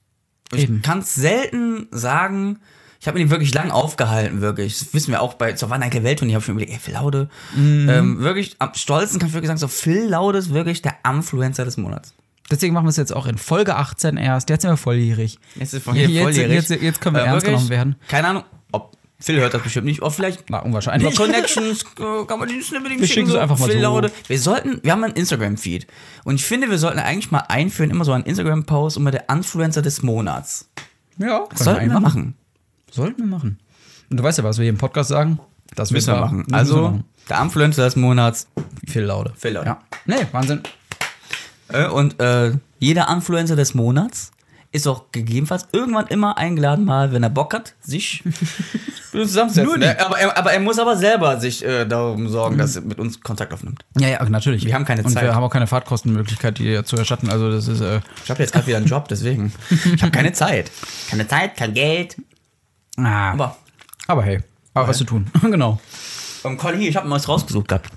[SPEAKER 4] Eben.
[SPEAKER 3] Ich kann es selten sagen. Ich habe ihn wirklich lang aufgehalten, wirklich. Das wissen wir auch bei zur Wanderung der Welt und ich habe schon überlegt, ey, Phil Laude.
[SPEAKER 4] Mhm.
[SPEAKER 3] Ähm, wirklich am stolzen kann ich wirklich sagen, so Phil Laude ist wirklich der Influencer des Monats.
[SPEAKER 4] Deswegen machen wir es jetzt auch in Folge 18 erst. Jetzt sind wir volljährig.
[SPEAKER 3] Jetzt ist von hier
[SPEAKER 4] Jetzt-
[SPEAKER 3] volljährig.
[SPEAKER 4] jetzt- jetzt können wir ernst
[SPEAKER 3] Äh, wirklich,
[SPEAKER 4] genommen werden.
[SPEAKER 3] Keine Ahnung, ob Phil hört das bestimmt nicht, oder vielleicht
[SPEAKER 4] Na, unwahrscheinlich.
[SPEAKER 3] über Connections äh, kann man die Snippet ihm
[SPEAKER 4] Wir schicken sie einfach mal
[SPEAKER 3] Phil
[SPEAKER 4] so.
[SPEAKER 3] Laude. Wir sollten, wir haben einen Instagram-Feed. Und ich finde, wir sollten eigentlich mal einführen, immer so einen Instagram-Post immer der Influencer des Monats.
[SPEAKER 4] Ja,
[SPEAKER 3] Das sollten wir machen.
[SPEAKER 4] Sollten wir machen. Und du weißt ja, was wir hier im Podcast sagen. Das
[SPEAKER 3] Müssen wir machen.
[SPEAKER 4] Müssen
[SPEAKER 3] Also,
[SPEAKER 4] wir machen.
[SPEAKER 3] der Influencer des Monats.
[SPEAKER 4] Phil Laude.
[SPEAKER 3] Phil Laude.
[SPEAKER 4] Ja. Nee, Wahnsinn.
[SPEAKER 3] Äh, Und äh, jeder Influencer des Monats ist auch gegebenenfalls irgendwann immer eingeladen, mal, wenn er Bock hat, sich mit uns zusammensetzen.
[SPEAKER 4] Nur die.
[SPEAKER 3] ne? aber, er, aber er muss aber selber sich äh, darum sorgen, dass er mit uns Kontakt aufnimmt.
[SPEAKER 4] Ja, ja, natürlich.
[SPEAKER 3] Wir haben keine
[SPEAKER 4] Und
[SPEAKER 3] Zeit.
[SPEAKER 4] wir haben auch keine Fahrtkostenmöglichkeit, die zu erstatten. Also, das ist. Äh,
[SPEAKER 3] Ich habe jetzt gerade wieder einen Job, deswegen. Ich habe keine Zeit.
[SPEAKER 2] Keine Zeit, kein Geld.
[SPEAKER 4] ah.
[SPEAKER 3] Aber,
[SPEAKER 4] aber hey. Aber was zu tun. genau.
[SPEAKER 3] ähm, Colin, hier, ich habe mal was rausgesucht gehabt.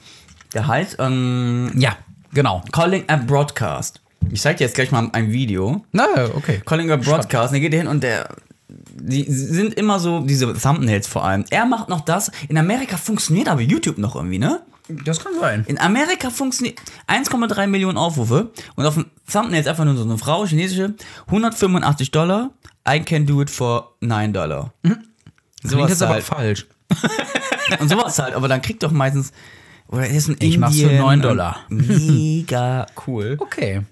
[SPEAKER 3] Der heißt ähm,
[SPEAKER 4] Ja, genau.
[SPEAKER 3] Calling a Broadcast. Ich zeig dir jetzt gleich mal ein Video.
[SPEAKER 4] Na, okay.
[SPEAKER 3] Collinger Broadcast, der geht hin und der. Die sind immer so, diese Thumbnails vor allem. Er macht noch das. In Amerika funktioniert aber YouTube noch irgendwie, ne?
[SPEAKER 4] Das kann sein.
[SPEAKER 3] In Amerika funktioniert 1,3 Millionen Aufrufe und auf dem Thumbnail ist einfach nur so eine Frau, chinesische, 185 Dollar, I can do it for 9 Dollar.
[SPEAKER 4] Mhm. Das
[SPEAKER 3] Sowas
[SPEAKER 4] ist aber
[SPEAKER 3] halt.
[SPEAKER 4] falsch.
[SPEAKER 3] Und sowas halt, aber dann kriegt doch meistens, oder er ist ein
[SPEAKER 4] Ich mach's für
[SPEAKER 3] Indien
[SPEAKER 4] 9
[SPEAKER 3] und
[SPEAKER 4] Dollar.
[SPEAKER 3] Mega cool.
[SPEAKER 4] Okay.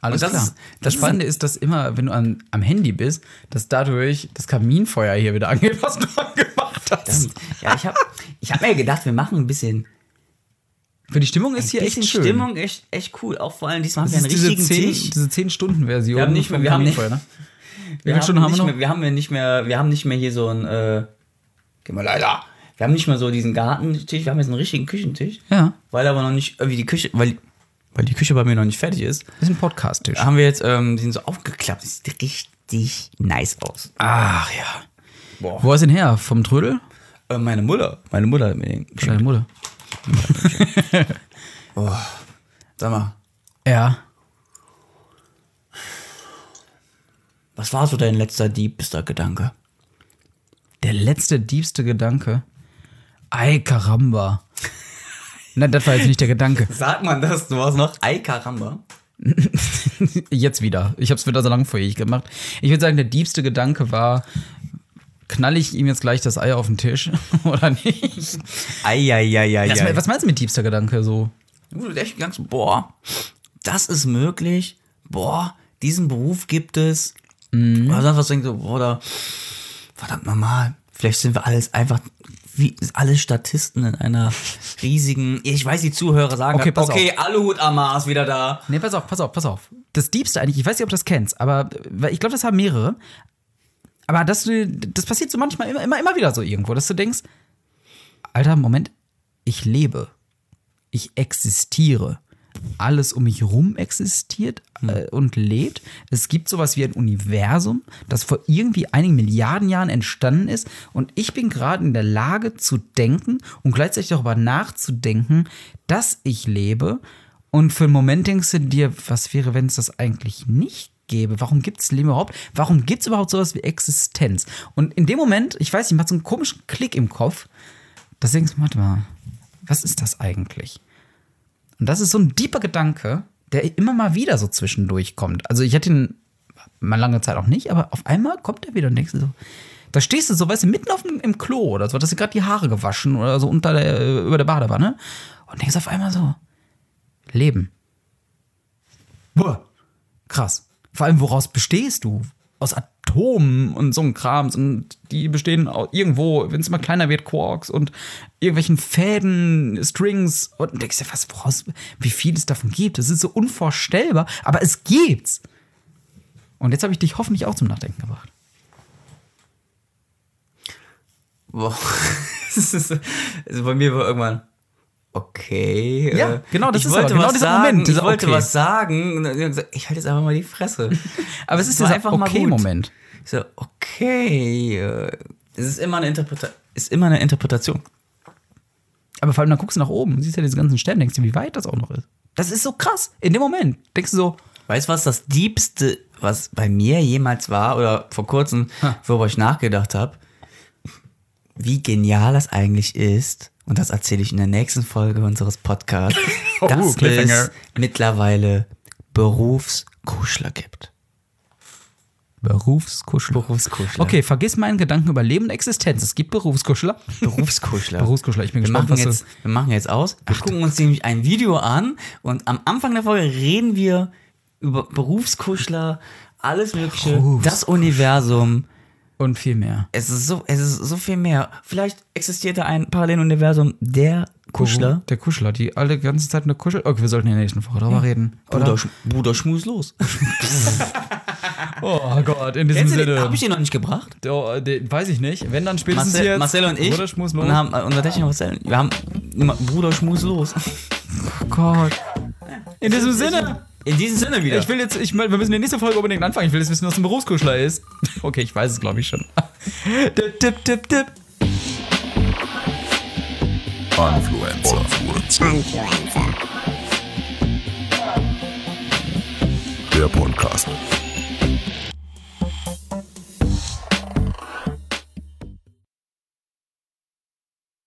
[SPEAKER 4] Alles
[SPEAKER 3] Und das
[SPEAKER 4] klar.
[SPEAKER 3] ist- das
[SPEAKER 4] das
[SPEAKER 3] ist
[SPEAKER 4] Spannende ist, dass immer, wenn du an, am Handy bist, dass dadurch das Kaminfeuer hier wieder angeht, was du gemacht hast.
[SPEAKER 3] Ja, ich hab, ich hab mir gedacht, wir machen ein bisschen
[SPEAKER 4] Für die Stimmung ist hier echt
[SPEAKER 3] bisschen
[SPEAKER 4] schön.
[SPEAKER 3] Stimmung echt, echt cool. Auch vor allem diesmal haben
[SPEAKER 4] Das
[SPEAKER 3] wir einen
[SPEAKER 4] ist diese 10,
[SPEAKER 3] richtigen Tisch.
[SPEAKER 4] diese 10 Stunden Version.
[SPEAKER 3] Wir haben nicht mehr-
[SPEAKER 4] vom
[SPEAKER 3] wir haben nicht-
[SPEAKER 4] Kaminfeuer, ne?
[SPEAKER 3] Wir
[SPEAKER 4] viele Stunden haben wir
[SPEAKER 3] nicht
[SPEAKER 4] noch?
[SPEAKER 3] Mehr, wir haben ja nicht mehr, wir haben nicht mehr hier so ein, äh, geh mal leider. Wir haben nicht mehr so diesen Gartentisch, wir haben jetzt einen richtigen Küchentisch.
[SPEAKER 4] Ja.
[SPEAKER 3] Weil aber noch nicht irgendwie die Küche, weil, weil die Küche bei mir noch nicht fertig ist,
[SPEAKER 4] Das ist ein Podcast-Tisch.
[SPEAKER 3] haben wir jetzt ähm, den so aufgeklappt. Das sieht richtig nice aus.
[SPEAKER 4] Ach ja. Wo ist denn her? Vom Trödel?
[SPEAKER 3] Äh, meine Mutter, meine Mutter hat mir den geschenkt.
[SPEAKER 4] Deine Mutter.
[SPEAKER 3] Sag mal,
[SPEAKER 4] Ja.
[SPEAKER 3] was war so dein letzter diebster Gedanke?
[SPEAKER 4] Der letzte, diebste Gedanke. Ei, Karamba. Na, das war jetzt nicht der Gedanke.
[SPEAKER 3] Sagt man das? Du warst noch Ei Karamba.
[SPEAKER 4] Jetzt wieder. Ich habe es wieder so langfähig gemacht. Ich würde sagen, der diebste Gedanke war, knall ich ihm jetzt gleich das Ei auf den Tisch oder nicht?
[SPEAKER 3] Ei, ei, ei, ei,
[SPEAKER 4] Was,
[SPEAKER 3] ei.
[SPEAKER 4] was meinst du mit diebster Gedanke so?
[SPEAKER 3] wo du echt ganz, boah, das ist möglich, boah, diesen Beruf gibt es. Oder sonst was denkst du, boah, da, verdammt normal. Vielleicht sind wir alles einfach wie alle Statisten in einer riesigen. Ich weiß, die Zuhörer sagen,
[SPEAKER 4] Okay, pass
[SPEAKER 3] okay Aluhut Amar ist wieder da.
[SPEAKER 4] Nee, pass auf, pass auf, pass auf. Das Diebste eigentlich, ich weiß nicht, ob du das kennst, aber äh, weil ich glaube, das haben mehrere. Aber dass du, das passiert so manchmal immer, immer, immer wieder so irgendwo, dass du denkst, Alter, Moment, ich lebe. Ich existiere. Alles um mich rum existiert äh, und lebt. Es gibt sowas wie ein Universum, das vor irgendwie einigen Milliarden Jahren entstanden ist. Und ich bin gerade in der Lage zu denken und gleichzeitig darüber nachzudenken, dass ich lebe. Und für einen Moment denkst du dir, was wäre, wenn es das eigentlich nicht gäbe? Warum gibt es Leben überhaupt? Warum gibt es überhaupt sowas wie Existenz? Und in dem Moment, ich weiß nicht, macht so einen komischen Klick im Kopf, dass du denkst, warte mal, was ist das eigentlich? Und das ist so ein deeper Gedanke, der immer mal wieder so zwischendurch kommt. Also ich hatte ihn mal lange Zeit auch nicht, aber auf einmal kommt er wieder und denkst du so, da stehst du so, weißt du, mitten auf dem, im Klo oder so, hast du gerade die Haare gewaschen oder so unter der, äh, über der Badewanne und denkst auf einmal so, Leben. Boah, krass. Vor allem, woraus bestehst du? Aus Atomen und so einem Krams und die bestehen au- irgendwo, wenn es immer kleiner wird, Quarks und irgendwelchen Fäden, Strings und du denkst dir, was, woraus, wie viel es davon gibt. Das ist so unvorstellbar, aber es gibt's. Und jetzt habe ich dich hoffentlich auch zum Nachdenken gebracht.
[SPEAKER 3] Boah. Das ist- also bei mir war irgendwann. Okay.
[SPEAKER 4] Ja,
[SPEAKER 3] äh,
[SPEAKER 4] genau, das
[SPEAKER 3] ich
[SPEAKER 4] ist
[SPEAKER 3] wollte
[SPEAKER 4] aber genau
[SPEAKER 3] was
[SPEAKER 4] dieser
[SPEAKER 3] sagen,
[SPEAKER 4] Moment,
[SPEAKER 3] Ich
[SPEAKER 4] dieser
[SPEAKER 3] wollte
[SPEAKER 4] okay.
[SPEAKER 3] was sagen. und dann hab ich gesagt, Ich halte jetzt einfach mal die Fresse.
[SPEAKER 4] Aber es ist
[SPEAKER 3] war
[SPEAKER 4] dieser
[SPEAKER 3] einfach mal gut.
[SPEAKER 4] Okay-Moment.
[SPEAKER 3] Ich so, okay. äh, Es ist immer eine, Interpreta ist immer eine Interpretation.
[SPEAKER 4] Aber vor allem, dann guckst du nach oben und siehst ja diese ganzen Sterne, denkst dir, wie weit das auch noch ist. Das ist so krass. In dem Moment denkst du so,
[SPEAKER 3] Weißt du, was das Diebste, was bei mir jemals war oder vor kurzem, worüber ich nachgedacht habe? Wie genial das eigentlich ist, und das erzähle ich in der nächsten Folge unseres Podcasts,
[SPEAKER 4] Oh,
[SPEAKER 3] dass es
[SPEAKER 4] Cliffhanger.
[SPEAKER 3] mittlerweile Berufskuschler gibt.
[SPEAKER 4] Berufskuschler.
[SPEAKER 3] Berufskuschler.
[SPEAKER 4] Okay, vergiss meinen Gedanken über Leben und Existenz. Es gibt Berufskuschler.
[SPEAKER 3] Berufskuschler.
[SPEAKER 4] Berufskuschler, ich bin
[SPEAKER 3] wir
[SPEAKER 4] gespannt,
[SPEAKER 3] machen
[SPEAKER 4] was
[SPEAKER 3] jetzt, Wir machen jetzt aus. Wir gucken uns nämlich ein Video an und am Anfang der Folge reden wir über Berufskuschler, alles Mögliche, das Universum.
[SPEAKER 4] Und viel mehr.
[SPEAKER 3] Es ist so, es ist so viel mehr. Vielleicht existiert da ein Paralleluniversum der Kuschler.
[SPEAKER 4] Der Kuschler, die alle ganze Zeit eine Kuschel. Okay, wir sollten in der nächsten Woche darüber reden.
[SPEAKER 3] Bruder, Sch- Bruder Schmus los.
[SPEAKER 4] Oh Gott, in diesem
[SPEAKER 3] Kennst du den? Hab
[SPEAKER 4] Sinne.
[SPEAKER 3] ich den noch nicht gebracht?
[SPEAKER 4] Oh, den weiß ich nicht. Wenn dann spätestens
[SPEAKER 3] Marcel,
[SPEAKER 4] jetzt.
[SPEAKER 3] Marcel und ich
[SPEAKER 4] Bruder, schmus los.
[SPEAKER 3] und haben äh, unser Techniker Marcel. Wir haben immer Bruder Schmus los.
[SPEAKER 4] Oh Gott. In diesem Sinne.
[SPEAKER 3] In diesem Sinne wieder.
[SPEAKER 4] Ich will jetzt, ich, mein, wir müssen die nächste Folge unbedingt anfangen. Ich will jetzt wissen, was ein Berufskuschler ist. Okay, ich weiß es, glaube ich, schon. Tipp, tipp, tipp, tipp.
[SPEAKER 1] Influencer.
[SPEAKER 5] Influencer.
[SPEAKER 1] der Podcast.